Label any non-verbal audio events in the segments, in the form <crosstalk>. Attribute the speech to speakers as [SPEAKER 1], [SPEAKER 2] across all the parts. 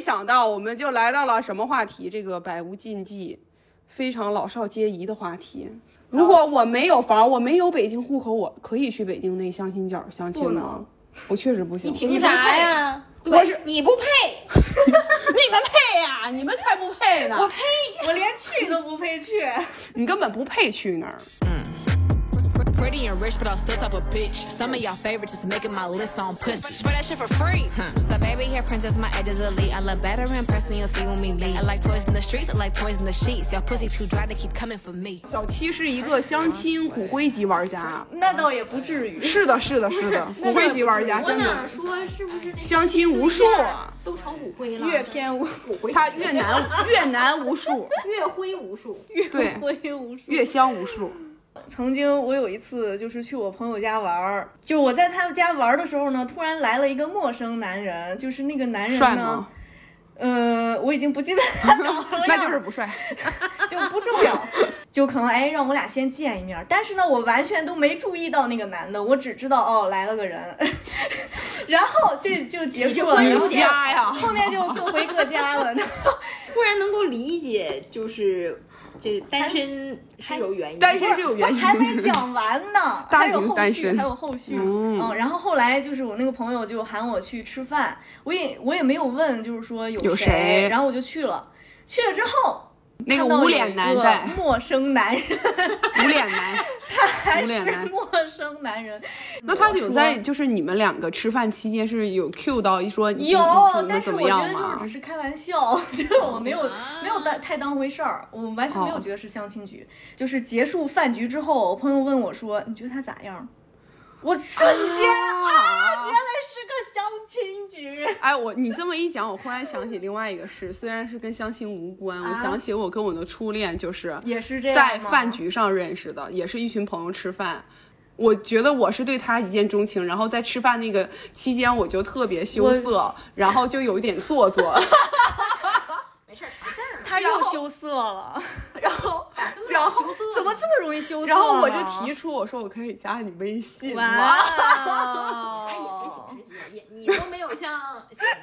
[SPEAKER 1] 想到，我们就来到了什么话题？这个百无禁忌，非常老少皆宜的话题。如果我没有房，我没有北京户口，我可以去北京那相亲角相亲
[SPEAKER 2] 不
[SPEAKER 1] 吗
[SPEAKER 2] 能？
[SPEAKER 1] 我确实不行。
[SPEAKER 3] 你凭
[SPEAKER 2] <laughs>
[SPEAKER 3] 啥呀？
[SPEAKER 1] 对
[SPEAKER 3] 我是你不配，
[SPEAKER 1] 你们配呀、你们才不配呢！
[SPEAKER 2] 我连去都不
[SPEAKER 3] <laughs>
[SPEAKER 2] 配去。
[SPEAKER 1] 你根本不配去那儿。
[SPEAKER 4] Pretty and rich, but I'm still type of bitch. Some of y'all favorites just making my list on pussy.
[SPEAKER 5] But that shit for free.
[SPEAKER 4] So baby hair princess, my edge is elite. I look better in person, you'll see when we meet. I like toys in the streets, I like toys in the sheets. Y'all pussy too dry to keep coming for me.
[SPEAKER 1] 小七是一个相亲骨灰级玩家。
[SPEAKER 2] <laughs> 那倒也不至于。
[SPEAKER 1] 是的，是的，是的，骨灰级玩家
[SPEAKER 3] 我
[SPEAKER 1] 真的
[SPEAKER 3] 想说是不是那
[SPEAKER 1] 相亲无数啊，
[SPEAKER 3] 都成骨灰了？
[SPEAKER 2] 阅片无骨灰，
[SPEAKER 1] 他越南越南无数，
[SPEAKER 3] 月灰无数，
[SPEAKER 1] 对，
[SPEAKER 2] 灰无数。
[SPEAKER 1] 越香无数。
[SPEAKER 2] <laughs> 曾经我有一次就是去我朋友家玩儿，就是我在他们家玩儿的时候呢，突然来了一个陌生男人，就是那个男人
[SPEAKER 1] 帅
[SPEAKER 2] 呢
[SPEAKER 1] 吗，？
[SPEAKER 2] 呃，我已经不记得他
[SPEAKER 1] <laughs>
[SPEAKER 2] 长什么样，
[SPEAKER 1] 那就是不帅。
[SPEAKER 2] 就不重要， <laughs> 就可能哎让我俩先见一面儿，但是呢，我完全都没注意到那个男的，我只知道哦来了个人， <laughs> 然后这就结束了，
[SPEAKER 3] 你
[SPEAKER 2] 然
[SPEAKER 3] 是
[SPEAKER 2] 后
[SPEAKER 3] 故意瞎
[SPEAKER 1] 呀
[SPEAKER 2] 后面就各回各家了，
[SPEAKER 3] 突然能够理解，就是这单身是有原因的，
[SPEAKER 1] 单身是有原因
[SPEAKER 2] 还没讲完
[SPEAKER 1] <laughs>
[SPEAKER 2] 呢，
[SPEAKER 1] 大
[SPEAKER 2] 还有
[SPEAKER 1] 龄
[SPEAKER 2] 后
[SPEAKER 1] 单
[SPEAKER 2] 续，
[SPEAKER 1] 身
[SPEAKER 2] 还有后续。
[SPEAKER 1] 嗯
[SPEAKER 2] 然后后来就是我那个朋友就喊我去吃饭，我也我也没有问，就是说有
[SPEAKER 1] 有谁
[SPEAKER 2] 然后我就去了。去了之后，
[SPEAKER 1] 那个
[SPEAKER 2] 看到
[SPEAKER 1] 无
[SPEAKER 2] 有
[SPEAKER 1] 脸
[SPEAKER 2] 一
[SPEAKER 1] 男
[SPEAKER 2] 个 <laughs>
[SPEAKER 1] 在，
[SPEAKER 2] 陌生男人，
[SPEAKER 1] <laughs> 无脸男。
[SPEAKER 2] 还
[SPEAKER 1] 无脸
[SPEAKER 2] 是
[SPEAKER 1] 男
[SPEAKER 2] <laughs> 陌生男人。
[SPEAKER 1] 那他有在就是你们两个吃饭期间是有 Q 到一说你
[SPEAKER 2] 有
[SPEAKER 1] 你怎，么
[SPEAKER 2] 但是
[SPEAKER 1] 怎
[SPEAKER 2] 我
[SPEAKER 1] 么
[SPEAKER 2] 觉
[SPEAKER 1] 样啊
[SPEAKER 2] 得就是
[SPEAKER 1] 吗
[SPEAKER 2] 只？是开玩笑， <laughs> 就是我没有没有当太当回事儿，我完全没有
[SPEAKER 1] 哦
[SPEAKER 2] 觉得是相亲局。就是结束饭局之后，我朋友问我说：“你觉得他咋样？”我瞬
[SPEAKER 1] <laughs>
[SPEAKER 2] 间
[SPEAKER 1] 啊
[SPEAKER 3] 原来是个相亲局。
[SPEAKER 1] 哎，我你这么一讲，我忽然想起另外一个事，虽然是跟相亲无关，我想起我跟我的初恋就是
[SPEAKER 2] 啊也是这样
[SPEAKER 1] 在
[SPEAKER 2] 吗
[SPEAKER 1] 饭局上认识的，也是一群朋友吃饭。我觉得我是对他一见钟情，然后在吃饭那个期间我就特别羞涩，然后就有一点做
[SPEAKER 2] <laughs>
[SPEAKER 1] 作，
[SPEAKER 3] 没事儿，啥事儿嘛？
[SPEAKER 2] 他又羞涩了，
[SPEAKER 1] 然后
[SPEAKER 3] 然后
[SPEAKER 2] 怎么这么容易羞涩呢？
[SPEAKER 1] 然后我就提出我说我可以加你微信吗？
[SPEAKER 3] 哎
[SPEAKER 2] 哇，哦
[SPEAKER 3] 也也挺直接，也你都没有像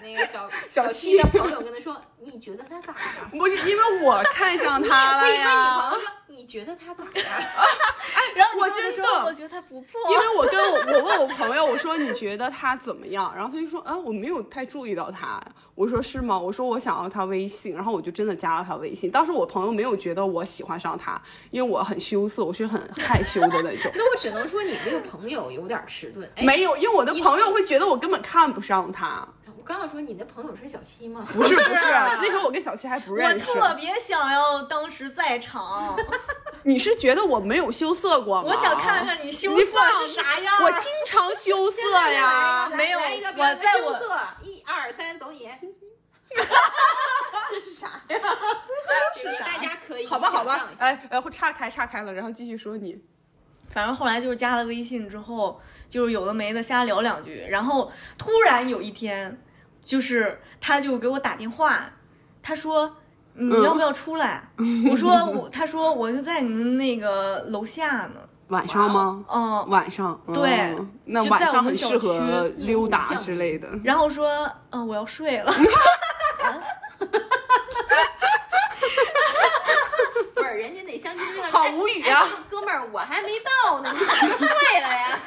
[SPEAKER 3] 那个小
[SPEAKER 1] 小
[SPEAKER 3] 七
[SPEAKER 1] 七
[SPEAKER 3] 的朋友跟他说，你觉得他咋样？
[SPEAKER 1] 不是因为我看上他
[SPEAKER 3] 可
[SPEAKER 2] <laughs>
[SPEAKER 1] 了
[SPEAKER 3] 以问你朋
[SPEAKER 1] 呀
[SPEAKER 3] 友，说，你觉得他咋样？。
[SPEAKER 2] 然后
[SPEAKER 1] 我
[SPEAKER 2] 你就
[SPEAKER 1] 真
[SPEAKER 2] 说
[SPEAKER 1] 的
[SPEAKER 2] 我觉得他不
[SPEAKER 1] <laughs>
[SPEAKER 2] 错，
[SPEAKER 1] 因为我跟我我问我朋友，我说你觉得他怎么样？然后他就说，啊，我没有太注意到他。我说是吗？我说我想要他微信，然后我就真的加了他微信。当时我朋友没有觉得我喜欢上他，因为我很羞涩，我是很害羞的那种
[SPEAKER 3] 那我只能说你这个朋友有点迟钝。
[SPEAKER 1] <laughs>
[SPEAKER 3] 哎，
[SPEAKER 1] 没有，因为我的朋友会觉得我根本看不上他。
[SPEAKER 3] 我刚要说你的朋友是小七吗？
[SPEAKER 1] 不是不
[SPEAKER 2] 是
[SPEAKER 1] 是，那时候 <laughs> 我跟小七还不
[SPEAKER 2] 我
[SPEAKER 1] 认识。
[SPEAKER 2] 特别想要当时在场，
[SPEAKER 1] <laughs> 你是觉得我没有羞涩过吗？
[SPEAKER 2] 我想看看你羞
[SPEAKER 1] 你
[SPEAKER 2] 涩
[SPEAKER 1] 哦放
[SPEAKER 2] 是啥样儿。
[SPEAKER 1] 我经常羞涩呀。
[SPEAKER 3] 来
[SPEAKER 2] 没有
[SPEAKER 3] 来一个
[SPEAKER 2] 我在
[SPEAKER 3] 羞
[SPEAKER 2] 我
[SPEAKER 3] 涩，一二三，走你。
[SPEAKER 2] 这
[SPEAKER 3] <laughs>
[SPEAKER 2] 是啥？
[SPEAKER 3] 这个大家可以
[SPEAKER 1] 好吧，好吧
[SPEAKER 3] 想象一，下
[SPEAKER 1] 哎，然后岔开，岔开了，然后继续说你。
[SPEAKER 2] 反正后来就是加了微信之后，就是有的没的瞎聊两句，然后突然有一天，就是他就给我打电话，他说你
[SPEAKER 1] 嗯
[SPEAKER 2] 要不要出来？我说我，他说我就在你们那个楼下呢。
[SPEAKER 1] 晚上吗？
[SPEAKER 2] 嗯，
[SPEAKER 1] 晚上，
[SPEAKER 2] 对
[SPEAKER 1] 嗯那
[SPEAKER 2] 就
[SPEAKER 1] 晚
[SPEAKER 2] 在我
[SPEAKER 1] 上
[SPEAKER 2] 们
[SPEAKER 1] 很
[SPEAKER 2] 小
[SPEAKER 1] 适合
[SPEAKER 2] 区嗯
[SPEAKER 1] 溜达之类的。 <laughs>
[SPEAKER 2] 然后说嗯、我要睡了。
[SPEAKER 3] 不是，人家那相亲对象
[SPEAKER 1] 好无语啊
[SPEAKER 3] 哎哎哥哥们儿，我还没到呢，你怎么就睡了呀？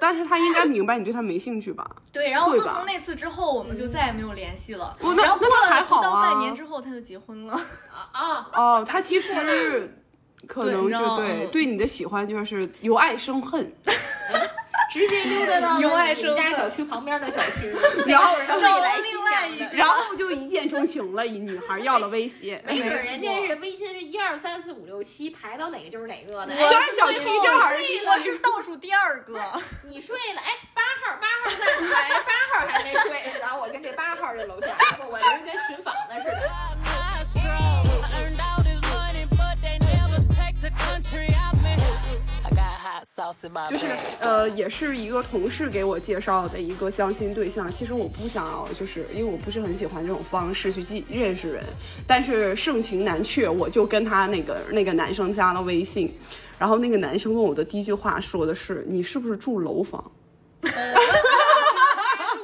[SPEAKER 1] 但是他应该明白你对他没兴趣吧？
[SPEAKER 2] 对，然后
[SPEAKER 1] 会
[SPEAKER 2] 自
[SPEAKER 1] 吧
[SPEAKER 2] 从那次之后，我们就再也没有联系了。
[SPEAKER 1] 哦那
[SPEAKER 2] 然后过
[SPEAKER 1] 那还
[SPEAKER 2] 了
[SPEAKER 1] 好啊
[SPEAKER 2] 不到半年之后，他就结婚了。
[SPEAKER 3] 啊啊！
[SPEAKER 1] 哦，他其实可能
[SPEAKER 2] 对然
[SPEAKER 1] 就
[SPEAKER 2] 后
[SPEAKER 1] 对
[SPEAKER 2] 嗯
[SPEAKER 1] 对你的喜欢就是由爱生
[SPEAKER 2] <laughs>
[SPEAKER 1] 恨，
[SPEAKER 3] 直接溜达到
[SPEAKER 2] 由爱
[SPEAKER 3] 你们
[SPEAKER 2] 生
[SPEAKER 3] 家
[SPEAKER 2] 恨
[SPEAKER 3] 小区旁边的小区，
[SPEAKER 1] 然后
[SPEAKER 3] <laughs> 然后
[SPEAKER 2] 找
[SPEAKER 3] 未来
[SPEAKER 2] 了
[SPEAKER 3] 新
[SPEAKER 2] 另外
[SPEAKER 3] 娘
[SPEAKER 2] 一
[SPEAKER 3] 的
[SPEAKER 2] 个
[SPEAKER 1] 然后就一见钟情了，一女孩要了微信。
[SPEAKER 3] <laughs> 没准儿人家
[SPEAKER 2] 没
[SPEAKER 3] 是微信是一二三四五六七，排到哪个就是哪个呢。
[SPEAKER 1] 虽
[SPEAKER 3] 哎，
[SPEAKER 1] 然小七正好是第
[SPEAKER 2] <laughs> 我是倒数第二个，
[SPEAKER 1] <laughs>
[SPEAKER 3] 你睡了，哎，八号八号在哪儿？哎，八号还没睡。然后我跟这八号这楼下，哎我我这跟寻访的似的。
[SPEAKER 4] I'm not strong. I earned all this money, but they never take the country out me. I got hot sauce in my
[SPEAKER 1] 就是呃，也是一个同事给我介绍的一个相亲对象。其实我不想要，就是因为我不是很喜欢这种方式去记认识人，但是盛情难却，我就跟他那个那个男生加了微信。然后那个男生问我的第一句话说的是：“你是不是住楼房
[SPEAKER 3] 呃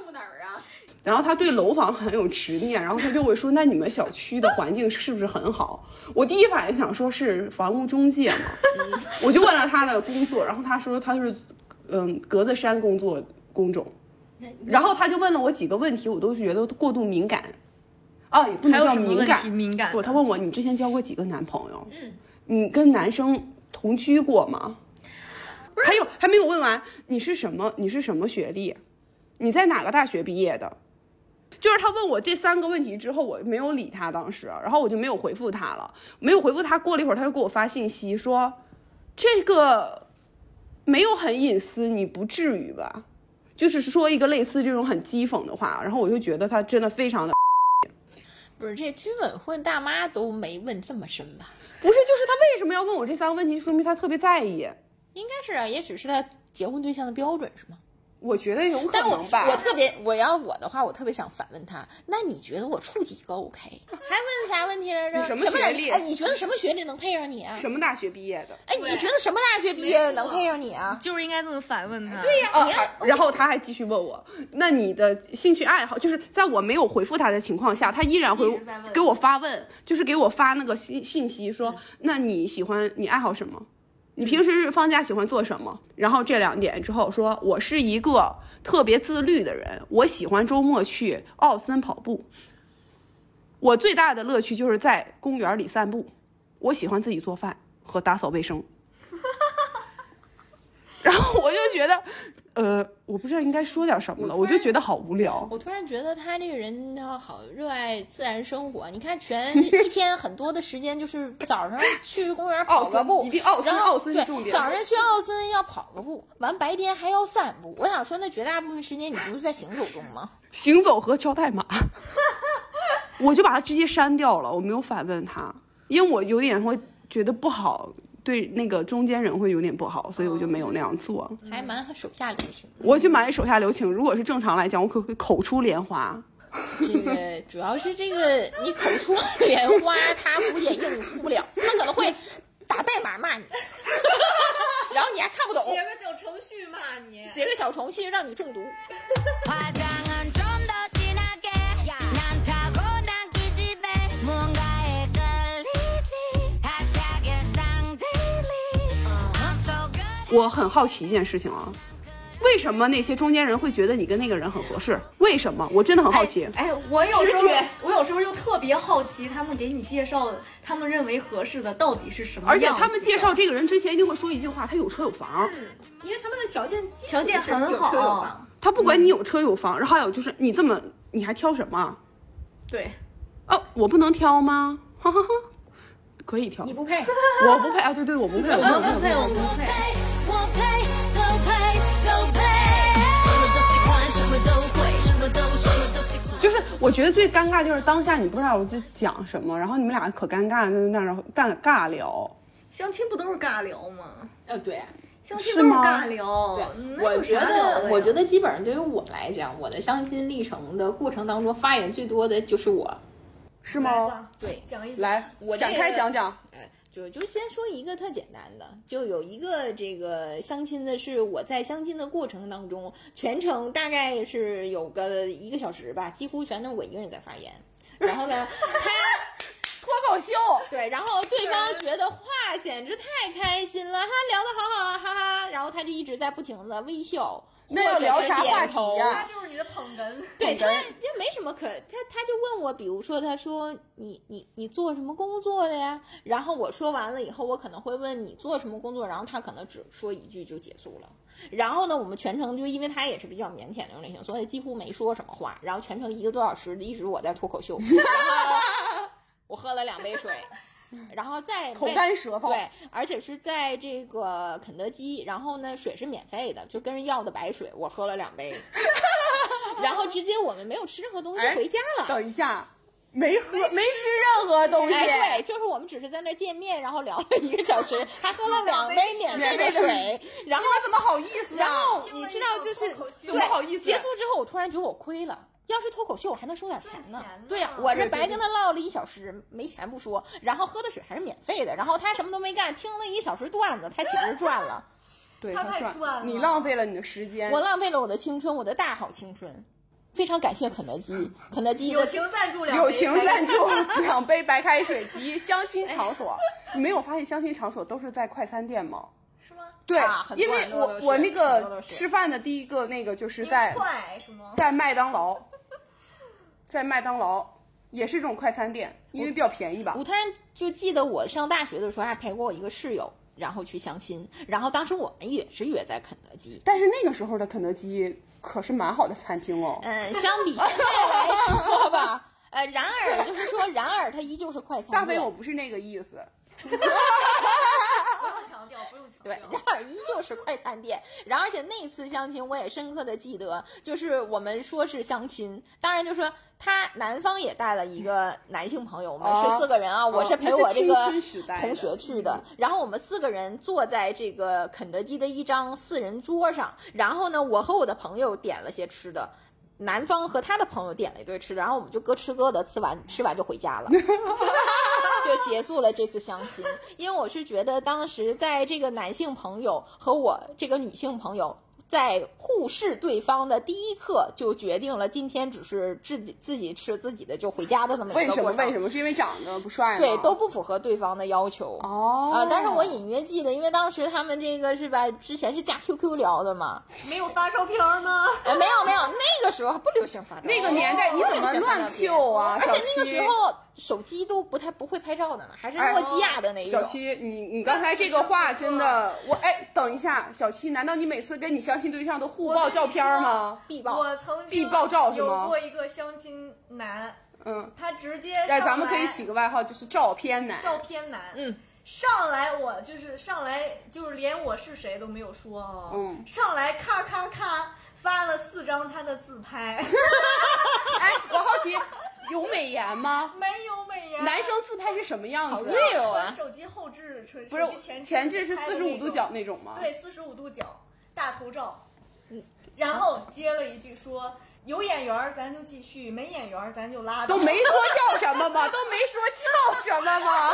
[SPEAKER 3] 住哪儿啊？
[SPEAKER 1] 然后他对楼房很有执念，然后他就会说：“那你们小区的环境是不是很好？”我第一反应想说是房屋中介嘛，
[SPEAKER 2] 嗯
[SPEAKER 1] 我就问了他的工作，然后他说他是嗯格子衫工作工种，然后他就问了我几个问题，我都觉得过度敏感，啊，也不
[SPEAKER 2] 还
[SPEAKER 1] 能
[SPEAKER 2] 有
[SPEAKER 1] 叫
[SPEAKER 2] 什么
[SPEAKER 1] 敏
[SPEAKER 2] 问
[SPEAKER 1] 感
[SPEAKER 2] 题，敏感？
[SPEAKER 1] 不，他问我你之前交过几个男朋友？
[SPEAKER 3] 嗯，
[SPEAKER 1] 你跟男生同居过吗？还有还没有问完，你是什么？你是什么学历？你在哪个大学毕业的？就是他问我这三个问题之后，我没有理他当时，然后我就没有回复他了，没有回复他。过了一会儿，他就给我发信息说，这个没有很隐私，你不至于吧？就是说一个类似这种很讥讽的话，然后我就觉得他真的非常的。
[SPEAKER 3] <laughs> 不是这居委会大妈都没问这么深吧？
[SPEAKER 1] 不是，就是他为什么要问我这三个问题，说明他特别在意。
[SPEAKER 3] 应该是啊，也许是他结婚对象的标准是吗？
[SPEAKER 1] 我觉得有可
[SPEAKER 3] 但我
[SPEAKER 1] 能吧。
[SPEAKER 3] 我特别，我要我的话，我特别想反问他，那你觉得我处几个 OK？还问啥问题来着？
[SPEAKER 1] 你什
[SPEAKER 3] 什
[SPEAKER 1] 么学
[SPEAKER 3] 人
[SPEAKER 1] 历啊
[SPEAKER 3] 哎，你觉得什么学历能配上你啊？
[SPEAKER 1] 什么大学毕业的？
[SPEAKER 3] 哎，你觉得什么大学毕业能配上你啊？
[SPEAKER 2] 就是应该这么反问他。
[SPEAKER 3] 对呀、
[SPEAKER 1] 哦，
[SPEAKER 3] 你看
[SPEAKER 1] 还然后他还继续问我，那你的兴趣爱好，就是在我没有回复他的情况下，他依然会
[SPEAKER 2] 一直在问
[SPEAKER 1] 给我发问，就是给我发那个信信息说，那你喜欢你爱好什么？你平时放假喜欢做什么？然后这两点之后说，我是一个特别自律的人，我喜欢周末去奥森跑步。我最大的乐趣就是在公园里散步，我喜欢自己做饭和打扫卫生。 <laughs> 然后我就觉得，呃，我不知道应该说点什么了，我就觉得好无聊。
[SPEAKER 3] 我突然觉得他这个人他好热爱自然生活。你看，全一天很多的时间就是早上去公园跑个
[SPEAKER 1] 奥
[SPEAKER 3] 步
[SPEAKER 1] 森一定奥，森
[SPEAKER 3] 然后
[SPEAKER 1] 奥森
[SPEAKER 3] 对
[SPEAKER 1] 重点
[SPEAKER 3] 早上去奥森要跑个步，完白天还要散步。我想说，那绝大部分时间你不是在行走中吗？
[SPEAKER 1] 行走和敲代码， <laughs> 我就把他直接删掉了，我没有反问他，因为我有点会觉得不好，对那个中间人会有点不好，所以我就没有那样做。
[SPEAKER 3] 还蛮手下留情的。
[SPEAKER 1] 我去买手下留情，如果是正常来讲，我可会口出莲花。
[SPEAKER 3] 这个
[SPEAKER 1] <laughs>
[SPEAKER 3] 主要是这个你口出莲花，他估计也应付不了，他可能会打代码骂你，然后你还看
[SPEAKER 1] <laughs>
[SPEAKER 3] 不懂，
[SPEAKER 2] 写个小程序骂你。
[SPEAKER 3] 写个小程序让你中毒。
[SPEAKER 5] 화장은 좀 더 진하게 난 타고난 기집애 뭔가에 끌리지 아삭의 쌍들리 I'm so good
[SPEAKER 1] 我很好奇一件事情啊，为什么那些中间人会觉得你跟那个人很合适？为什么？我真的很好奇。
[SPEAKER 2] 哎，我有时候
[SPEAKER 1] 直觉
[SPEAKER 2] 我有时候就特别好奇，他们给你介绍他们认为合适的到底是什么
[SPEAKER 1] 而且
[SPEAKER 2] 样子的
[SPEAKER 1] 他们介绍这个人之前一定会说一句话：他有车有房。
[SPEAKER 3] 因为他们的条件基础
[SPEAKER 2] 条件
[SPEAKER 3] 就是
[SPEAKER 2] 很
[SPEAKER 3] 有
[SPEAKER 2] 好
[SPEAKER 3] 车有房
[SPEAKER 1] 他不管你有车有房，然后还有就是你这么你还挑什么？
[SPEAKER 2] 对，
[SPEAKER 1] 啊，我不能挑吗？哈哈哈，可以挑。
[SPEAKER 3] 你不 <laughs> 配。
[SPEAKER 1] 我不配啊！对对，我不配，我
[SPEAKER 2] 我
[SPEAKER 1] 不配， <laughs>
[SPEAKER 2] 不配，嗯我不配。
[SPEAKER 5] pay 我配都配都配什么都喜欢什么都会什么都什么都喜欢
[SPEAKER 1] 就是我觉得最尴尬就是当下你不知道我在讲什么，然后你们俩可尴尬，在那儿尬尬聊。
[SPEAKER 2] 相亲不都是尬聊吗？
[SPEAKER 3] 呃，对
[SPEAKER 2] 相亲
[SPEAKER 1] 是
[SPEAKER 2] 都是
[SPEAKER 1] 吗
[SPEAKER 2] 尬聊
[SPEAKER 3] 对，，
[SPEAKER 2] 嗯哦那
[SPEAKER 3] 我
[SPEAKER 2] 有
[SPEAKER 3] 觉
[SPEAKER 2] 啥聊的
[SPEAKER 3] 得
[SPEAKER 2] 呀
[SPEAKER 3] 我觉得基本上对于我来讲，我的相亲历程的过程当中，发言最多的就是我。
[SPEAKER 1] 是
[SPEAKER 2] 来
[SPEAKER 1] 吗？
[SPEAKER 2] 吧
[SPEAKER 3] 对，
[SPEAKER 2] 讲一讲
[SPEAKER 1] 来，
[SPEAKER 3] 我这
[SPEAKER 1] 展
[SPEAKER 3] 个
[SPEAKER 1] 开讲讲。
[SPEAKER 3] 哎，就就先说一个特简单的，就有一个这个相亲的是我在相亲的过程当中，全程大概是有个一个小时吧，几乎全都是我一个人在发言。然
[SPEAKER 1] <laughs>
[SPEAKER 3] 后呢，他
[SPEAKER 1] 脱口秀，
[SPEAKER 3] 对，然后对方觉得哇，简直太开心了，哈，聊得好好啊，哈哈，然后他就一直在不停的微笑。
[SPEAKER 1] 那要
[SPEAKER 3] 或者
[SPEAKER 1] 聊
[SPEAKER 3] 是
[SPEAKER 1] 啥
[SPEAKER 3] 点
[SPEAKER 1] 话题
[SPEAKER 3] 头
[SPEAKER 1] 呀
[SPEAKER 2] 就是你的捧哏。 <laughs>
[SPEAKER 3] 对他，这没什么可，他他就问我，比如说，他说你你你做什么工作的呀？然后我说完了以后，我可能会问你做什么工作，然后他可能只说一句就结束了。然后呢，我们全程就因为他也是比较腼腆的类型，所以几乎没说什么话。然后全程一个多小时，一直我在脱口秀， <laughs> 然后我喝了两杯
[SPEAKER 1] <laughs>
[SPEAKER 3] 水，然后再
[SPEAKER 1] 口干舌燥。
[SPEAKER 3] 对，而且是在这个肯德基，然后呢，水是免费的，就跟人要的白水，我喝了两
[SPEAKER 1] <laughs>
[SPEAKER 3] 杯，然后直接我们没有吃任何东西
[SPEAKER 1] 哎
[SPEAKER 3] 回家了。
[SPEAKER 1] 等一下，没喝，没吃任何东西。
[SPEAKER 3] 哎，对，就是我们只是在那儿见面，然后聊了一个小
[SPEAKER 1] <laughs>
[SPEAKER 3] 时，还喝了两杯免费的水，然后
[SPEAKER 1] 你们怎么好意思
[SPEAKER 3] 然
[SPEAKER 1] 啊
[SPEAKER 3] 后？你知道就是
[SPEAKER 1] 怎么
[SPEAKER 3] 对
[SPEAKER 1] 好意思
[SPEAKER 3] 结束之后，我突然觉得我亏了。要是脱口秀，我还能收点钱
[SPEAKER 2] 赚钱
[SPEAKER 3] 呢
[SPEAKER 2] 呢。
[SPEAKER 3] 对呀、
[SPEAKER 2] 对
[SPEAKER 3] 我这白跟他唠了一小时，没钱不说，然后喝的水还是免费的，然后他什么都没干，听了一小时段子，他岂不是赚了？ <laughs>
[SPEAKER 1] 对
[SPEAKER 2] 他太
[SPEAKER 1] 赚
[SPEAKER 2] 赚了
[SPEAKER 1] 你浪费了你的时间。
[SPEAKER 3] 我浪费了我的青春，我的大好青春。非常感谢肯德基，肯德基
[SPEAKER 2] 友情赞助两杯
[SPEAKER 1] 友情赞助两杯白开水及相 <laughs> 亲场所。你没有发现相亲场所都是在快餐店吗？
[SPEAKER 2] 是吗？
[SPEAKER 1] 对，
[SPEAKER 3] 啊很多
[SPEAKER 1] 因为
[SPEAKER 3] 很多
[SPEAKER 1] 我
[SPEAKER 3] 都是
[SPEAKER 1] 我那
[SPEAKER 3] 很多
[SPEAKER 1] 个
[SPEAKER 3] 都是
[SPEAKER 1] 吃饭的第一个那个就是在
[SPEAKER 2] 快什么？
[SPEAKER 1] 在麦当劳，在麦当劳也是这种快餐店，因为比较便宜吧
[SPEAKER 3] 我。突然就记得我上大学的时候还陪过我一个室友，然后去相亲，然后当时我们也是约在肯德基。
[SPEAKER 1] 但是那个时候的肯德基可是蛮好的餐厅哦。
[SPEAKER 3] 嗯，相比现在来说吧，呃，然而就是说，然而它依旧是快餐店。
[SPEAKER 1] 大飞，我不是那个意思。
[SPEAKER 2] 不用强调，不用强
[SPEAKER 3] 对，
[SPEAKER 2] 调
[SPEAKER 3] 然。而依旧是快餐店。然后而且那次相亲，我也深刻的记得，就是我们说是相亲，当然就说他男方也带了一个男性朋友，我们
[SPEAKER 1] 哦
[SPEAKER 3] 是四个人啊，我
[SPEAKER 1] 哦
[SPEAKER 3] 陪我这
[SPEAKER 1] 那是青春
[SPEAKER 3] 个
[SPEAKER 1] 时代的嗯
[SPEAKER 3] 同学去的。然后我们四个人坐在这个肯德基的一张四人桌上，然后呢，我和我的朋友点了些吃的。男方和他的朋友点了一堆吃的，然后我们就各吃各的，吃完吃完就回
[SPEAKER 1] <laughs>
[SPEAKER 3] 家了。就结束了这次相亲，因为我是觉得当时在这个男性朋友和我这个女性朋友在互视对方的第一刻，就决定了今天只是自己自己吃自己的就回家的这么
[SPEAKER 1] 为
[SPEAKER 3] 一个
[SPEAKER 1] 什么
[SPEAKER 3] 过？
[SPEAKER 1] 为
[SPEAKER 3] 程
[SPEAKER 1] 什。么？是因为长得不帅吗？
[SPEAKER 3] 对，都不符合对方的要求。
[SPEAKER 1] 哦
[SPEAKER 3] 啊、但是我隐约记得，因为当时他们这个是吧，之前是加 QQ 聊的嘛，
[SPEAKER 2] 没有发照片
[SPEAKER 1] <laughs>
[SPEAKER 2] 吗？
[SPEAKER 3] 呃，没有没有，那个时候还不流行发照
[SPEAKER 1] 那个年代你怎么乱 Q 啊？
[SPEAKER 3] 哦而且
[SPEAKER 1] 小
[SPEAKER 3] 那个
[SPEAKER 1] 七
[SPEAKER 3] 时候手机都不太不会拍照的呢，还是
[SPEAKER 1] 哎
[SPEAKER 3] 诺基亚的那一种。嗯
[SPEAKER 1] 小七，你你刚才这个话真的，我哎，等一下，小七，难道你每次跟你相亲对象都互爆照片吗？
[SPEAKER 3] 必报
[SPEAKER 2] 我曾经
[SPEAKER 1] 必爆照是吗
[SPEAKER 2] 有过一个相亲男，
[SPEAKER 1] 嗯，
[SPEAKER 2] 他直接
[SPEAKER 1] 哎，
[SPEAKER 2] 上
[SPEAKER 1] 咱们可以
[SPEAKER 2] 来
[SPEAKER 1] 起个外号，就是照片男。
[SPEAKER 2] 照片男，
[SPEAKER 3] 嗯。
[SPEAKER 2] 上来我就是上来就是连我是谁都没有说啊、
[SPEAKER 1] 嗯
[SPEAKER 2] 上来咔咔咔发了四张他的自
[SPEAKER 1] <laughs>
[SPEAKER 2] 拍，
[SPEAKER 1] 哎，我好奇，有美颜吗？
[SPEAKER 2] 没有美颜，
[SPEAKER 1] 男生自拍是什么样
[SPEAKER 3] 好
[SPEAKER 1] 子？
[SPEAKER 3] 对哦
[SPEAKER 2] 纯手机后置纯
[SPEAKER 1] 啊不是
[SPEAKER 2] 手机前
[SPEAKER 1] 前置是
[SPEAKER 2] 拍的
[SPEAKER 1] 四十五
[SPEAKER 2] 那
[SPEAKER 1] 度
[SPEAKER 2] 种
[SPEAKER 1] 角那种吗？嗯
[SPEAKER 2] 对，四十五度角大头照，然后接了一句说有眼缘儿咱就继续，没眼缘儿咱就拉倒。
[SPEAKER 1] 都没说叫什么吗？都没说叫什么吗？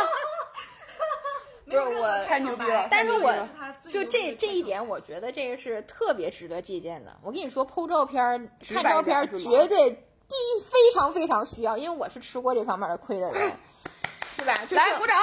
[SPEAKER 3] 不
[SPEAKER 2] 没有
[SPEAKER 3] 是
[SPEAKER 2] 任何
[SPEAKER 3] 我
[SPEAKER 2] 开
[SPEAKER 1] 太牛
[SPEAKER 2] 场
[SPEAKER 1] 逼
[SPEAKER 2] 白
[SPEAKER 1] 了
[SPEAKER 3] 但是我
[SPEAKER 2] 这个他最
[SPEAKER 3] 就
[SPEAKER 2] 牛逼
[SPEAKER 3] 这
[SPEAKER 2] 的
[SPEAKER 3] 这一
[SPEAKER 2] 特
[SPEAKER 3] 点，我觉得这个是特别值得借鉴的。我跟你说，剖照片儿、
[SPEAKER 1] 直白点
[SPEAKER 3] 看照片儿，
[SPEAKER 1] 是吗
[SPEAKER 3] 绝对第一非常非常需要，因为我是吃过这方面的亏的
[SPEAKER 1] <laughs>
[SPEAKER 3] 人，是吧？就是
[SPEAKER 1] 来鼓掌！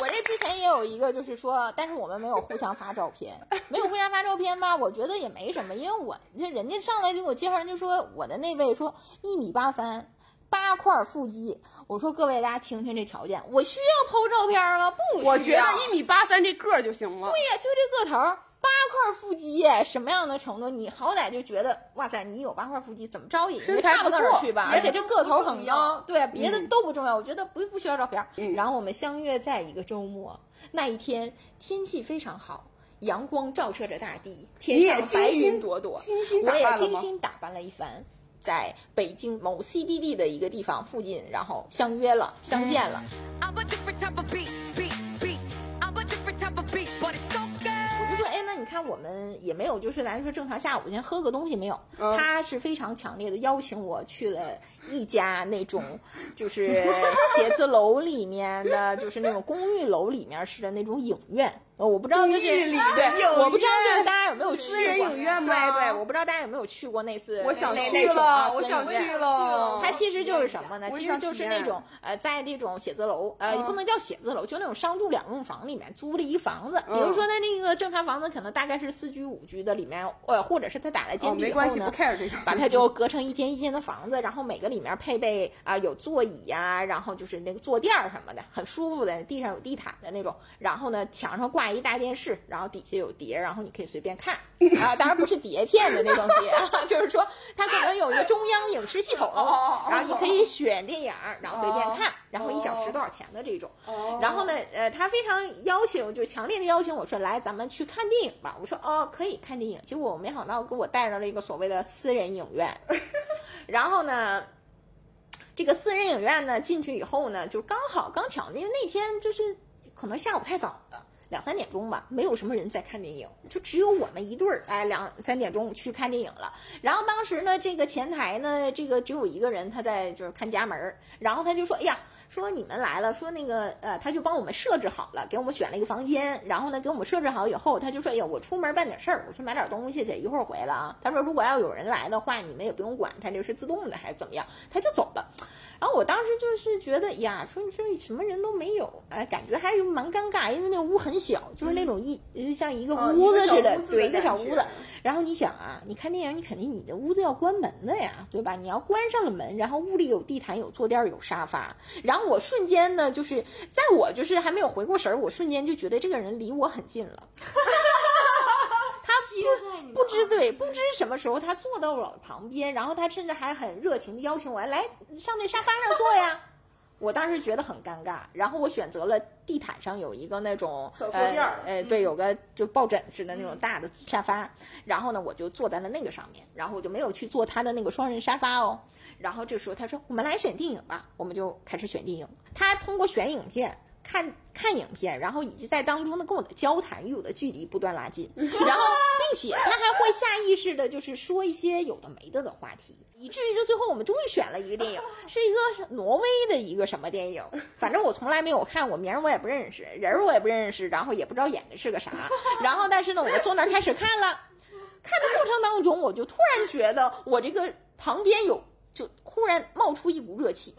[SPEAKER 3] 我这之前也有一个，就是说，但是我们没有互相发照片，
[SPEAKER 1] <laughs>
[SPEAKER 3] 没有互相发照片吧？我觉得也没什么，因为我这人家上来就给我介绍，人就说我的那位说一米八三，八块腹肌。我说各位大家听听这条件，我需要剖照片吗？不需要，
[SPEAKER 1] 我觉得一米八三这个儿就行了。
[SPEAKER 3] 对呀，就这个头儿，八块腹肌，什么样的程度？你好歹就觉得，哇塞，你有八块腹肌，怎么着也
[SPEAKER 1] 身
[SPEAKER 3] 也
[SPEAKER 1] 材
[SPEAKER 3] 差不到哪
[SPEAKER 1] 不
[SPEAKER 3] 儿
[SPEAKER 1] 错
[SPEAKER 3] 去吧？
[SPEAKER 2] 别
[SPEAKER 3] 而
[SPEAKER 2] 的
[SPEAKER 3] 且这个头
[SPEAKER 2] 都不重
[SPEAKER 3] 很
[SPEAKER 2] 要
[SPEAKER 3] 高，对，别的都不重要，我觉得不不需要照片儿。
[SPEAKER 1] 嗯
[SPEAKER 3] 然后我们相约在一个周末，那一天天气非常好。阳光照射着大地，天
[SPEAKER 1] 你也
[SPEAKER 3] 上
[SPEAKER 1] 精
[SPEAKER 3] 白云
[SPEAKER 1] 心
[SPEAKER 3] 朵朵，
[SPEAKER 1] 精心打
[SPEAKER 3] 我也
[SPEAKER 1] 扮了
[SPEAKER 3] 精
[SPEAKER 1] 吗
[SPEAKER 3] 心打扮了一番，在北京某 CBD 的一个地方附近，然后相约了，相见
[SPEAKER 1] 嗯
[SPEAKER 3] 了。
[SPEAKER 5] I'm a different type of beast, beast, beast. I'm a different type of beast, but it's so good.
[SPEAKER 3] 我就说，哎，那你看我们也没有，就是咱说正常下午先喝个东西没有？
[SPEAKER 1] 嗯
[SPEAKER 3] 他是非常强烈的邀请我去了一家那种， <laughs>
[SPEAKER 1] <laughs>
[SPEAKER 3] 就是写字楼里面的，就是那种公寓楼里面式的那种影院。呃我不知道就
[SPEAKER 1] 公寓
[SPEAKER 3] 是
[SPEAKER 1] 里的影
[SPEAKER 3] 对，我不知道就是
[SPEAKER 1] 院
[SPEAKER 3] 大家有没有去
[SPEAKER 1] 私人
[SPEAKER 3] 过
[SPEAKER 1] 影院吗
[SPEAKER 3] 对对，我不知道大家有没有去过那次。
[SPEAKER 1] 我想
[SPEAKER 3] 那
[SPEAKER 1] 去
[SPEAKER 3] 那种啊
[SPEAKER 1] 了，我
[SPEAKER 3] 私人
[SPEAKER 1] 想
[SPEAKER 3] 影院
[SPEAKER 1] 去了。
[SPEAKER 3] 它其实就是什么呢？
[SPEAKER 1] 哦我也
[SPEAKER 3] 其
[SPEAKER 1] 想
[SPEAKER 3] 实就是那种呃，在这种写字楼，呃，
[SPEAKER 1] 嗯
[SPEAKER 3] 不能叫写字楼，就那种商住两用房里面租了一房子。比
[SPEAKER 1] 嗯
[SPEAKER 3] 如说它这个正常房子可能大概是四居五居的，里面呃，或者是他打了
[SPEAKER 1] 哦，
[SPEAKER 3] 间壁
[SPEAKER 1] 没
[SPEAKER 3] 以后
[SPEAKER 1] 关系，不
[SPEAKER 3] 呢。
[SPEAKER 1] care 这个。
[SPEAKER 3] 把它就隔成一间一间的房子，然后每个里面配备啊、有座椅呀、然后就是那个坐垫儿什么的，很舒服的，地上有地毯的那种。然后呢，墙上挂一大电视，然后底下有碟，然后你可以随便看啊，当然不是碟片的那种碟，啊， <laughs> 就是说它可能有一个中央影视系统，
[SPEAKER 1] 哦哦
[SPEAKER 3] 然后你可以选电影儿，然后随便看
[SPEAKER 1] 哦，
[SPEAKER 3] 然后一小时多少钱的这种。
[SPEAKER 1] 哦
[SPEAKER 3] 然后呢，呃，他非常邀请，就强烈的邀请我说来咱们去看电影吧。我说哦，可以看电影。结果我没想到给我带上了一个所谓的私人影院， <laughs> 然后呢。这个私人影院呢，进去以后呢，就刚好刚巧，因为那天就是可能下午太早了，两三点钟吧，没有什么人在看电影，就只有我们一对儿，哎，两三点钟去看电影了。然后当时呢，这个前台呢，这个只有一个人，他在就是看家门儿，然后他就说，哎呀。说你们来了，说那个呃，他就帮我们设置好了，给我们选了一个房间，然后呢给我们设置好以后，他就说，哎呀，我出门办点事儿，我去买点东西去，一会儿回来啊。他说如果要有人来的话，你们也不用管，他哎这是自动的还是怎么样，他就走了。然后我当时就是觉得呀，说你这什么人都没有，哎，感觉还是蛮尴尬，因为那屋很小，就是那种一、就像一个
[SPEAKER 1] 嗯哦
[SPEAKER 3] 屋
[SPEAKER 1] 一个
[SPEAKER 3] 子
[SPEAKER 1] 小
[SPEAKER 3] 似的，
[SPEAKER 1] 屋子的
[SPEAKER 3] 对，一个
[SPEAKER 1] 感
[SPEAKER 3] 小屋
[SPEAKER 1] 觉
[SPEAKER 3] 子。然后你想啊，你看电影，你肯定你的屋子要关门的呀，对吧？你要关上了门，然后屋里有地毯、有坐垫儿、有沙发。然后我瞬间呢，就是在我就是还没有回过神儿，我瞬间就觉得这个人离我很近了。他不不知对，不知什么时候他坐到了旁边，然后他甚至还很热情的邀请我来上那沙发上坐呀。 <laughs> 我当时觉得很尴尬，然后我选择了地毯上有一个那种
[SPEAKER 1] 小坐垫儿
[SPEAKER 3] 呃，呃，对，有个就抱枕似的那种大的沙发，然后呢，我就坐在了那个上面，然后我就没有去坐他的那个双人沙发哦。然后这时候他说：“我们来选电影吧。”我们就开始选电影。他通过选影片、看看影片，然后以及在当中呢跟我的交谈与我的距离不断拉近，然后并且他还会下意识的就是说一些有的没的的话题，以至于就最后我们终于选了一个电影，是一个是挪威的一个什么电影，反正我从来没有看过，名儿我也不认识，人儿我也不认识，然后也不知道演的是个啥，然后但是呢，我就坐那儿开始看了。看的过程当中，我就突然觉得我这个旁边有，就忽然冒出一股热气。 <laughs>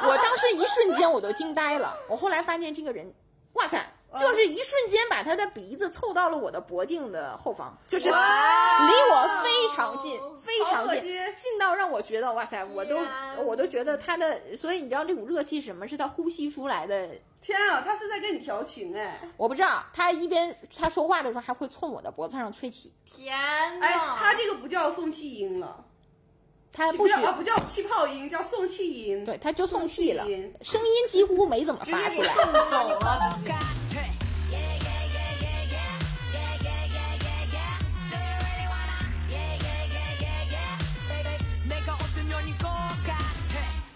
[SPEAKER 3] 我当时一瞬间我都惊呆了。我后来发现这个人，哇塞，
[SPEAKER 1] 嗯
[SPEAKER 3] 就是一瞬间把他的鼻子凑到了我的脖颈的后方，就是离我非常近，非常
[SPEAKER 1] 哦好恶
[SPEAKER 3] 近，
[SPEAKER 1] 心
[SPEAKER 3] 近到让我觉得哇塞，我都
[SPEAKER 1] 啊
[SPEAKER 2] 天
[SPEAKER 3] 我都觉得他的，所以你知道这股热气是什么？是他呼吸出来的
[SPEAKER 1] 天啊，他是在跟你调情哎！
[SPEAKER 3] 我不知道，他一边他说话的时候还会冲我的脖子上吹气，
[SPEAKER 2] 天
[SPEAKER 1] 哎，
[SPEAKER 2] 呐，
[SPEAKER 1] 他这个不叫送气音了，
[SPEAKER 3] 他不
[SPEAKER 1] 不
[SPEAKER 3] 许
[SPEAKER 1] 叫啊，不叫气泡音，叫送气音。
[SPEAKER 3] 对，他就送
[SPEAKER 1] 送
[SPEAKER 3] 气
[SPEAKER 1] 气
[SPEAKER 3] 了
[SPEAKER 1] 音，
[SPEAKER 3] 声音几乎没怎么
[SPEAKER 1] 直接
[SPEAKER 3] 发
[SPEAKER 1] 给
[SPEAKER 3] 出
[SPEAKER 1] 送
[SPEAKER 3] 来。
[SPEAKER 1] 走了。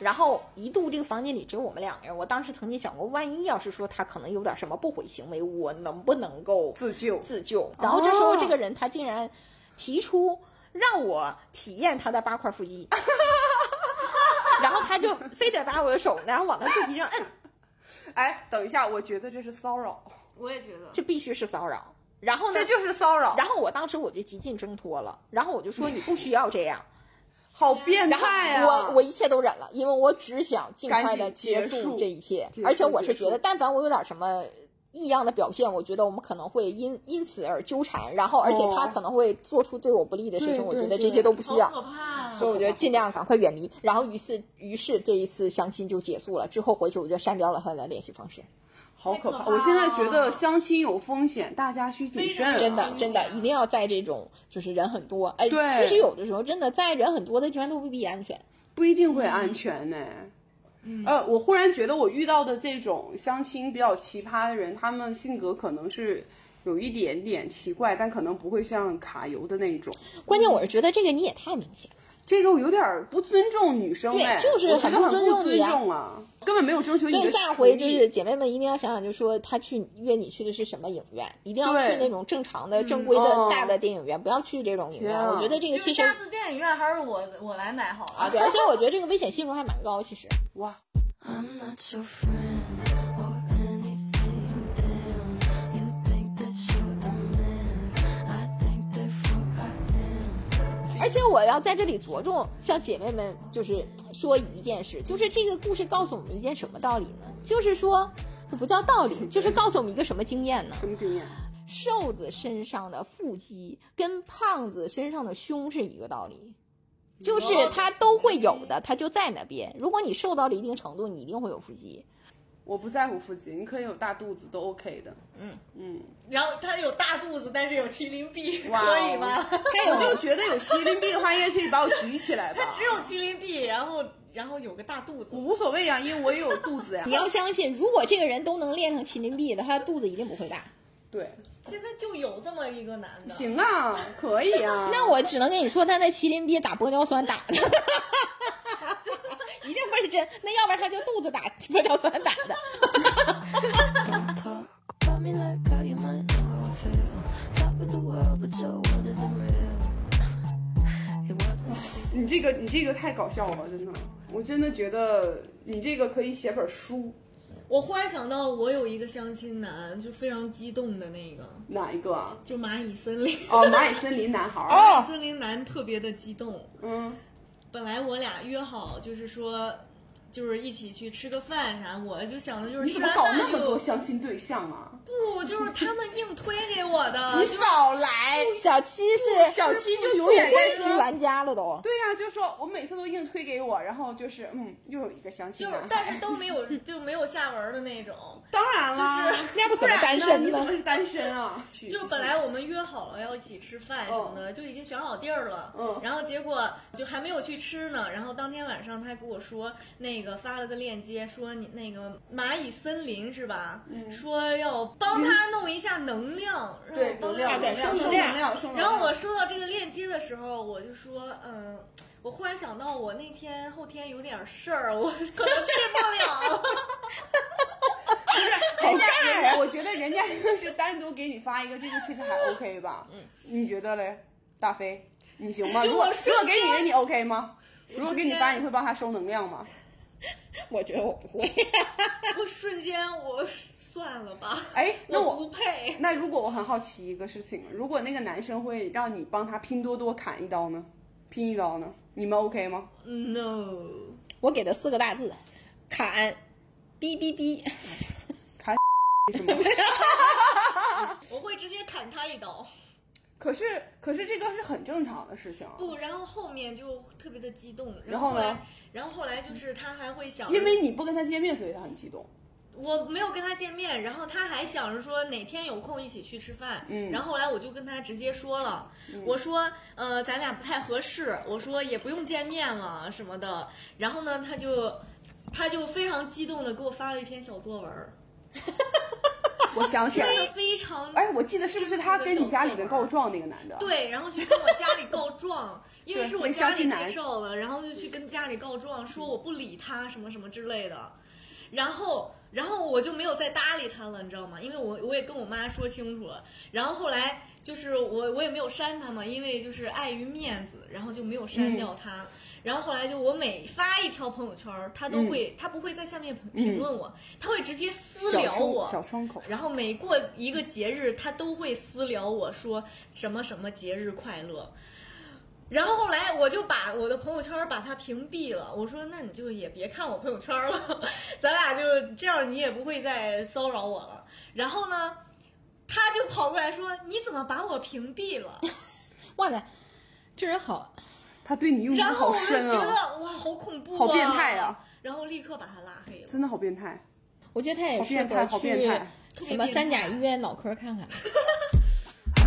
[SPEAKER 3] 然后一度这个房间里只有我们两个人，我当时曾经想过，万一要是说他可能有点什么不轨行为，我能不能够
[SPEAKER 1] 自救哦
[SPEAKER 3] 自救？然后这时候这个人他竟然提出让我体验他的八块腹
[SPEAKER 1] <laughs>
[SPEAKER 3] 肌，然后他就非得把我的手然后往他肚皮上摁，
[SPEAKER 1] 哎，等一下，我觉得这是骚扰，
[SPEAKER 2] 我也觉得
[SPEAKER 3] 这必须是骚扰。然后呢
[SPEAKER 1] 这，就是骚扰，
[SPEAKER 3] 然后我当时我就极尽挣脱了，然后我就说你不需要这样，
[SPEAKER 1] 好变
[SPEAKER 3] 然后
[SPEAKER 1] 态啊！
[SPEAKER 3] 我我一切都忍了，因为我只想尽快的
[SPEAKER 1] 赶紧结
[SPEAKER 3] 束
[SPEAKER 1] 束
[SPEAKER 3] 这一切
[SPEAKER 1] 结，束
[SPEAKER 3] 而且我是
[SPEAKER 1] 结
[SPEAKER 3] 觉得，
[SPEAKER 1] 束
[SPEAKER 3] 但凡我有点什么。异样的表现，我觉得我们可能会因因此而纠缠，然后而且他
[SPEAKER 1] 哦
[SPEAKER 3] 可能会做出对我不利的事情，
[SPEAKER 1] 对
[SPEAKER 3] 我
[SPEAKER 1] 对
[SPEAKER 3] 觉得这
[SPEAKER 1] 对
[SPEAKER 3] 些都不需
[SPEAKER 2] 好
[SPEAKER 3] 要。
[SPEAKER 1] <laughs>
[SPEAKER 2] 可怕啊。
[SPEAKER 3] 所以我觉得尽量赶快远离。然后于是于是这一次相亲就结束了，之后回去我就删掉了他的联系方式。
[SPEAKER 1] 好可
[SPEAKER 2] 太可
[SPEAKER 1] 怕！
[SPEAKER 2] 怕
[SPEAKER 1] 我现在觉得相亲有风险，大家需谨慎啊。
[SPEAKER 3] 真的 <laughs> 真的一定要在这种就是人很多，哎，
[SPEAKER 1] 对
[SPEAKER 3] 其实有的时候真的在人很多的地方都未必安全。
[SPEAKER 1] 不一定会安全呢、
[SPEAKER 3] 嗯
[SPEAKER 1] 呃，我忽然觉得我遇到的这种相亲比较奇葩的人，他们性格可能是有一点点奇怪，但可能不会像卡游的那种。
[SPEAKER 3] 关键我是觉得这个你也太明显了。
[SPEAKER 1] 这个我有点儿不尊重女生
[SPEAKER 3] 对
[SPEAKER 1] 哎，
[SPEAKER 3] 就是
[SPEAKER 1] 我觉
[SPEAKER 3] 很
[SPEAKER 1] 得
[SPEAKER 3] 不
[SPEAKER 1] 很
[SPEAKER 3] 尊重
[SPEAKER 1] 不
[SPEAKER 3] 你
[SPEAKER 1] 尊
[SPEAKER 3] 啊
[SPEAKER 1] 重啊，根本没有征求你
[SPEAKER 3] 所以
[SPEAKER 1] 的
[SPEAKER 3] 下
[SPEAKER 1] 同
[SPEAKER 3] 回就
[SPEAKER 1] 意
[SPEAKER 3] 是姐妹们一定要想想，就说她去约你去的是什么影院，一定要
[SPEAKER 1] 对
[SPEAKER 3] 去那种正常的、正规的
[SPEAKER 1] 哦
[SPEAKER 3] 大的电影院，不要去这种影院。
[SPEAKER 1] 天啊
[SPEAKER 3] 我觉得这个
[SPEAKER 2] 就
[SPEAKER 3] 其
[SPEAKER 2] 是
[SPEAKER 3] 实
[SPEAKER 2] 下次电影院还是我我来买好
[SPEAKER 3] 啊，
[SPEAKER 2] 了。
[SPEAKER 3] 对，而且我觉得这个危险系数还蛮高，其实。
[SPEAKER 1] 哇，
[SPEAKER 6] I'm not your friend or anything, damn. You think that you're the man. I think therefore I am.
[SPEAKER 3] 而且我要在这里着重向姐妹们就是说一件事，就是这个故事告诉我们一件什么道理呢？就是说，这不叫道理，就是告诉我们一个什么经验呢？
[SPEAKER 1] 什么经验？
[SPEAKER 3] 瘦子身上的腹肌跟胖子身上的胸是一个道理，就是它都会有的，它就在那边。如果你瘦到了一定程度，你一定会有腹肌。
[SPEAKER 1] 我不在乎腹肌，你可以有大肚子都 OK 的。
[SPEAKER 2] 然后他有大肚子，但是有麒麟臂，
[SPEAKER 1] 哇哦
[SPEAKER 2] 可以吗？
[SPEAKER 1] 他我就觉得有麒麟臂的话，应该可以把我举起来吧。
[SPEAKER 2] 只有麒麟臂，然后然后有个大肚
[SPEAKER 1] 我
[SPEAKER 2] 子。
[SPEAKER 1] 无所谓呀、因为我也有肚
[SPEAKER 3] <laughs>
[SPEAKER 1] 子呀
[SPEAKER 3] 你。要相信，如果这个人都能练成麒麟臂的，他的肚子一定不会大。
[SPEAKER 1] 对，
[SPEAKER 2] 现在就有这么一个男的，
[SPEAKER 1] 行啊，可以啊。
[SPEAKER 3] 那我只能跟你说，他那麒麟臂打玻尿酸打 <laughs> 的，一定不是真。那要不然他就肚子打玻尿酸打的。 <laughs>
[SPEAKER 6] Don't talk about me like how you might know how I feel. Top of the world, but your world isn't real. <laughs> It wasn't.
[SPEAKER 1] 你这个你这个太搞笑了，真的。我真的觉得你这个可以写本书，
[SPEAKER 2] 我忽然想到，我有一个相亲男，就非常激动的那个，
[SPEAKER 1] 哪一个啊？
[SPEAKER 2] 就蚂蚁森林。
[SPEAKER 1] <laughs> 哦，蚂蚁森林男孩儿。
[SPEAKER 2] 蚂蚁森林男特别的激动。
[SPEAKER 1] 嗯
[SPEAKER 2] 本来我俩约好就是说，就是一起去吃个饭啥，我就想的就是
[SPEAKER 1] 你
[SPEAKER 2] 吃
[SPEAKER 1] 怎么
[SPEAKER 2] 完
[SPEAKER 1] 搞
[SPEAKER 2] 饭
[SPEAKER 1] 那么多
[SPEAKER 2] 就
[SPEAKER 1] 相亲 <laughs> 对象啊？
[SPEAKER 2] 不，就是他们硬推给我的。
[SPEAKER 3] 你少来，哎小七是小七
[SPEAKER 1] 嗯就永远在说
[SPEAKER 3] 玩家了都。
[SPEAKER 1] 对呀、就说我每次都硬推给我，然后就是嗯，又有一个相亲
[SPEAKER 2] 就
[SPEAKER 1] 男
[SPEAKER 2] 是
[SPEAKER 1] 孩，
[SPEAKER 2] 但是都没有，就没有下文的那种。
[SPEAKER 1] 当然了，
[SPEAKER 2] 就是
[SPEAKER 3] 那不怎么单
[SPEAKER 1] 不然
[SPEAKER 3] 身
[SPEAKER 1] 呢你怎么
[SPEAKER 3] 呢？
[SPEAKER 1] 是单身啊？
[SPEAKER 2] 就本来我们约好了要一起吃饭什么的，就已经选好地儿了。
[SPEAKER 1] 嗯
[SPEAKER 2] 然后结果就还没有去吃呢。然后当天晚上他跟我说，那个发了个链接，说你那个蚂蚁森林是吧？说要帮他弄一下能量，
[SPEAKER 1] 嗯
[SPEAKER 2] 让
[SPEAKER 1] 对
[SPEAKER 2] 我帮
[SPEAKER 1] 量
[SPEAKER 2] 他
[SPEAKER 3] 啊对
[SPEAKER 1] 生
[SPEAKER 2] 弄
[SPEAKER 1] 能
[SPEAKER 3] 能
[SPEAKER 1] 量
[SPEAKER 3] 量
[SPEAKER 1] 生能量。
[SPEAKER 2] 然后我收到这个链接的时候，我就说，嗯，我忽然想到我那天后天有点事儿，我可能去不
[SPEAKER 1] <laughs>
[SPEAKER 2] 了。
[SPEAKER 1] 人家人家，我觉得人家就是单独给你发一个这个，其实 <laughs> 还 OK 吧？嗯，你觉得嘞，大飞，你行 <laughs> 吗？如果如果给你人，你 OK <laughs> 吗？如果给你发，你会帮他收能量吗？
[SPEAKER 3] 我觉得我不会。
[SPEAKER 2] 我瞬间我算了吧，
[SPEAKER 1] 哎，那
[SPEAKER 2] 我
[SPEAKER 1] 我
[SPEAKER 2] 不配。
[SPEAKER 1] 那如果我很好奇一个事情，如果那个男生会让你帮他拼多多砍一刀呢，拼一刀呢，你们 OK 吗？
[SPEAKER 2] No，
[SPEAKER 3] 我给他四个大字：砍，哔哔哔。
[SPEAKER 1] 为什么？
[SPEAKER 2] 我会直接砍他一刀。
[SPEAKER 1] 可是可是这个是很正常的事情啊，
[SPEAKER 2] 不，然后后面就特别的激动，
[SPEAKER 1] 然
[SPEAKER 2] 后
[SPEAKER 1] 后
[SPEAKER 2] 后
[SPEAKER 1] 呢
[SPEAKER 2] 来，然后后来就是他还会想着，
[SPEAKER 1] 因为你不跟他见面，所以他很激动。
[SPEAKER 2] 我没有跟他见面，然后他还想着说哪天有空一起去吃饭。
[SPEAKER 1] 嗯
[SPEAKER 2] 然后后来我就跟他直接说了，我说呃咱俩不太合适，我说也不用见面了什么的。然后呢，他就他就非常激动的给我发了一篇小作文儿，
[SPEAKER 1] 我想 <laughs> 起来
[SPEAKER 2] 真的
[SPEAKER 1] 了，
[SPEAKER 2] 非常
[SPEAKER 1] 哎，我记得是不是啊他跟你家里面告状那个男的？
[SPEAKER 2] 对，然后去跟我家里告
[SPEAKER 1] <laughs>
[SPEAKER 2] 状，因为
[SPEAKER 1] 对
[SPEAKER 2] 是我
[SPEAKER 1] 那
[SPEAKER 2] 家
[SPEAKER 1] 相亲
[SPEAKER 2] 里
[SPEAKER 1] 男
[SPEAKER 2] 接受了，然后就去跟家里告状，说我不理他什么什么之类的，然后。然后我就没有再搭理他了，你知道吗？因为我我也跟我妈说清楚了。然后后来就是我我也没有删他嘛，因为就是碍于面子，然后就没有
[SPEAKER 1] 嗯
[SPEAKER 2] 删掉他。然后后来就我每发一条朋友圈儿，他
[SPEAKER 1] 嗯
[SPEAKER 2] 都会、他不会在下面评评论我，他会直接私
[SPEAKER 1] 小
[SPEAKER 2] 聊我
[SPEAKER 1] 窗小窗口。
[SPEAKER 2] 然后每过一个节日，他都会私聊我说什么什么节日快乐。然后后来我就把我的朋友圈把他屏蔽了，我说那你就也别看我朋友圈了， <laughs> 咱俩就这样，你也不会再骚扰我了。然后呢，他就跑过来说你怎么把我屏蔽了？
[SPEAKER 3] 哇塞，这人好，
[SPEAKER 1] 他对 <laughs> 你用
[SPEAKER 2] 然
[SPEAKER 1] 的
[SPEAKER 2] 后
[SPEAKER 1] 好
[SPEAKER 2] 我就
[SPEAKER 1] 深
[SPEAKER 2] 觉得
[SPEAKER 1] 啊，
[SPEAKER 2] 哇，好恐怖、啊，
[SPEAKER 1] 好变态啊！
[SPEAKER 2] 然后立刻把他拉黑了。
[SPEAKER 1] 真的好变态，
[SPEAKER 3] 我觉得他也
[SPEAKER 1] 好
[SPEAKER 3] 适
[SPEAKER 1] 变态，
[SPEAKER 3] 合
[SPEAKER 1] 好
[SPEAKER 3] 去
[SPEAKER 1] 变态。
[SPEAKER 3] 什么三甲医院脑科看看。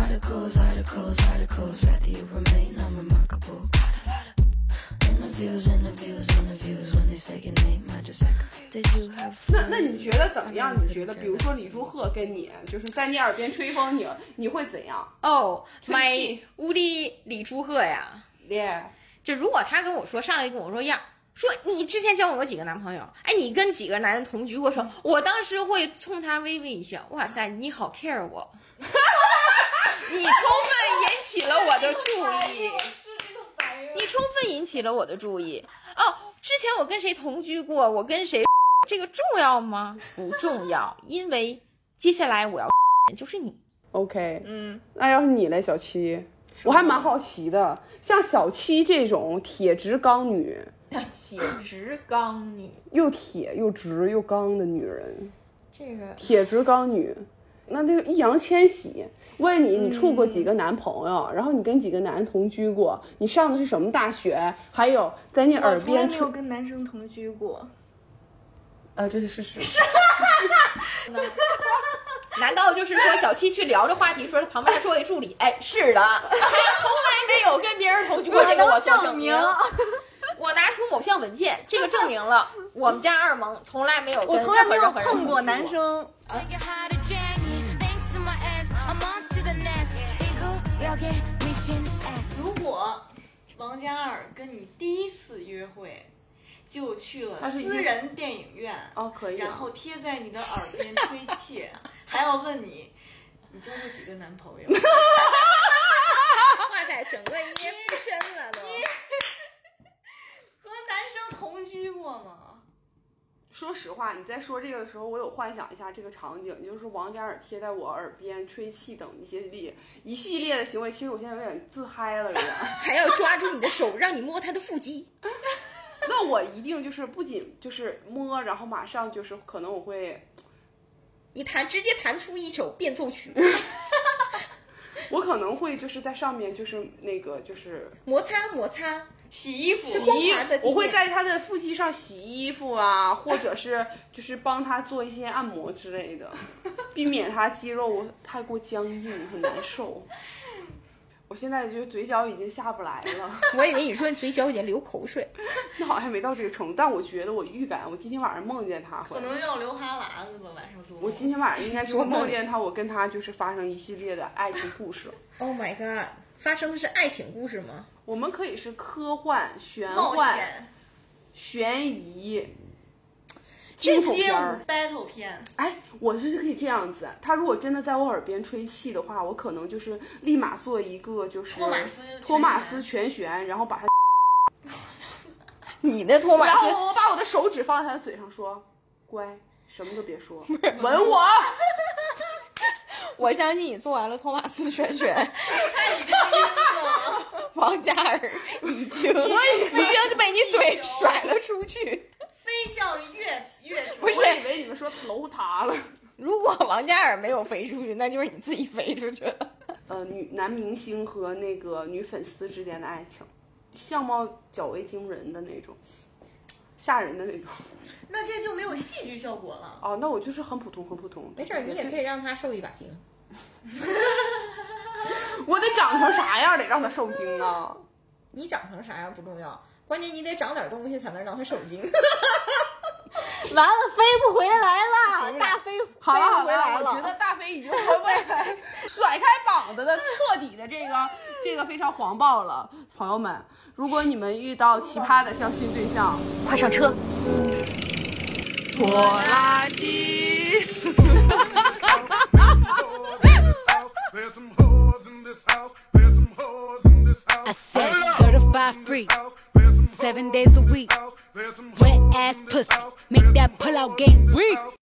[SPEAKER 6] Articles, articles, articles, rather you remain unremarkable. Interviews, interviews, interviews, when they say your name, I just aggravate. Did you have
[SPEAKER 1] 那
[SPEAKER 6] fun?
[SPEAKER 1] 那你觉得怎么样？你觉得，比如说李朱赫跟你就是在你耳边吹风你，你会怎样？
[SPEAKER 3] 哦、
[SPEAKER 1] 吹
[SPEAKER 3] m y
[SPEAKER 1] 气
[SPEAKER 3] 乌里李朱赫呀，
[SPEAKER 1] 耶、
[SPEAKER 3] 就如果他跟我说上来就跟我说呀，说你之前交往过几个男朋友？哎，你跟几个男人同居过？说，我当时会冲他微微一笑，哇塞，你好 care 我，你充分引起了我的
[SPEAKER 7] 哎
[SPEAKER 3] 注意，你充分引起了我的注意。哦，之前我跟谁同居过？我跟谁？这个重要吗？不重要，因为接下来我要 <laughs> 就是你。
[SPEAKER 1] o k
[SPEAKER 2] 嗯，
[SPEAKER 1] 那要是你嘞，小七，我还蛮好奇的，像小七这种铁直刚女，
[SPEAKER 7] 铁直刚女，
[SPEAKER 1] 又铁又直又刚的女人，
[SPEAKER 7] 这个
[SPEAKER 1] 铁直刚女。那这个易烊千玺问你，你处过几个男朋友？然后你跟几个男同居过？你上的是什么大学？还有在你耳边吹，
[SPEAKER 2] 跟男生同居过。
[SPEAKER 1] 呃，这是事实。
[SPEAKER 7] 难道就是说小七去聊这话题，说旁边还坐了一助理？哎，是的，还从来没有跟别人同居过，这个我做证明。 <laughs> 我拿出某项文件，这个证明了我们家二萌从来没有跟
[SPEAKER 2] 我从来
[SPEAKER 7] 任何
[SPEAKER 2] 没有
[SPEAKER 7] 任何人
[SPEAKER 2] 碰过
[SPEAKER 7] 同居
[SPEAKER 2] 男生，啊
[SPEAKER 6] Figure how to jangle. Thanks to my ex, I'm on to the next. Eagle, y'all get reaching X.
[SPEAKER 2] 如果王嘉尔跟你第一次约会，就去了私人电影院，
[SPEAKER 1] 哦，可以、啊。
[SPEAKER 2] 然后贴在你的耳边吹
[SPEAKER 1] <laughs>
[SPEAKER 2] 气，还要问你，你交过几个男朋友？
[SPEAKER 3] 哇塞，整个捏附身了都。
[SPEAKER 2] 和男生同居过吗？
[SPEAKER 1] 说实话，你在说这个的时候，我有幻想一下这个场景，就是王嘉尔贴在我耳边吹气等一系列一系列的行为。其实我现在有点自嗨了，有点。
[SPEAKER 3] 还要抓住你的手，让你摸他的腹肌。
[SPEAKER 1] <laughs> 那我一定就是不仅就是摸，然后马上就是可能我会，
[SPEAKER 3] 你弹直接弹出一首变奏曲，
[SPEAKER 1] 我可能会就是在上面就是那个就是
[SPEAKER 3] 摩擦摩擦，
[SPEAKER 2] 洗衣
[SPEAKER 3] 是
[SPEAKER 2] 服
[SPEAKER 3] 光
[SPEAKER 1] 衣
[SPEAKER 3] 滑的，地
[SPEAKER 1] 我会
[SPEAKER 7] <laughs>
[SPEAKER 3] 面
[SPEAKER 1] 在他的腹肌上洗衣服啊，或者是
[SPEAKER 3] <laughs>
[SPEAKER 1] 就是帮他做一些按摩之类的，避免他肌肉太过僵硬，很难受。我现在就是嘴角已经下不来了， <laughs>
[SPEAKER 3] 我以为你说你嘴角已经流口水，
[SPEAKER 1] 那好像没到这个程度，但我觉得我预感，我今天晚上梦见他会
[SPEAKER 2] 可。能要流哈喇子吧，晚上做梦。
[SPEAKER 1] 我今天晚上应该就是
[SPEAKER 3] 做梦
[SPEAKER 1] 梦见他，我跟他就是发生一系列的爱情故事。
[SPEAKER 3] Oh my god！发生的是爱情故事吗？
[SPEAKER 1] 我们可以是科幻、玄
[SPEAKER 2] 冒
[SPEAKER 1] 幻、
[SPEAKER 2] 险，
[SPEAKER 1] 悬疑、惊
[SPEAKER 2] 这
[SPEAKER 1] 悚
[SPEAKER 2] 街
[SPEAKER 1] 片儿
[SPEAKER 2] 舞。battle 片，
[SPEAKER 1] 哎，我是可以这样子，他如果真的在我耳边吹气的话，我可能就是立马做一个就是
[SPEAKER 2] 托马斯全旋
[SPEAKER 1] 托马斯全旋，然后把他，
[SPEAKER 3] 你那托
[SPEAKER 1] 然后我把我的手指放在他的嘴上说，乖，什么都别说，吻我。
[SPEAKER 3] 我相信你做完了托马斯旋旋，王嘉尔已经已经被你嘴甩了出去。
[SPEAKER 2] <laughs> 飞向月月球
[SPEAKER 3] 不。是
[SPEAKER 1] 我，以为你们说楼塌了。
[SPEAKER 3] 如果王嘉尔没有飞出去，那就是你自己飞出去了。
[SPEAKER 1] 呃，女男明星和那个女粉丝之间的爱情，相貌较为惊人的那种，吓人的那种。
[SPEAKER 2] 那这就没有戏剧效果了。
[SPEAKER 1] 哦，那我就是很普通，很普通。
[SPEAKER 3] 没事，你也可以让他受一把惊。
[SPEAKER 1] 我得长成啥样得让他受惊啊？
[SPEAKER 3] 你长成啥样不重要，关键你得长点东西才能让他受惊。
[SPEAKER 2] 完了，飞不回来了，大飞
[SPEAKER 1] 好了好
[SPEAKER 3] 回来了
[SPEAKER 1] 我觉得大飞已经回不来， <laughs> 甩开膀子的彻底的这个这个非常黄暴了。朋友们，如果你们遇到奇葩的相亲对象，
[SPEAKER 5] 快上车！
[SPEAKER 1] 拖拉机。
[SPEAKER 8] There's some hoes in this house. There's some hoes in this house.
[SPEAKER 4] I said
[SPEAKER 8] Hey, yo.
[SPEAKER 4] certified freak.
[SPEAKER 8] There's some
[SPEAKER 4] Seven
[SPEAKER 8] hoes
[SPEAKER 4] days a
[SPEAKER 8] in this
[SPEAKER 4] week.
[SPEAKER 8] house. There's some
[SPEAKER 4] Wet
[SPEAKER 8] hoes
[SPEAKER 4] ass
[SPEAKER 8] in this
[SPEAKER 4] pussy.
[SPEAKER 8] house.
[SPEAKER 4] Make
[SPEAKER 8] There's
[SPEAKER 4] that
[SPEAKER 8] some
[SPEAKER 4] pullout
[SPEAKER 8] hoes
[SPEAKER 4] game
[SPEAKER 8] in this
[SPEAKER 4] weak.
[SPEAKER 8] house.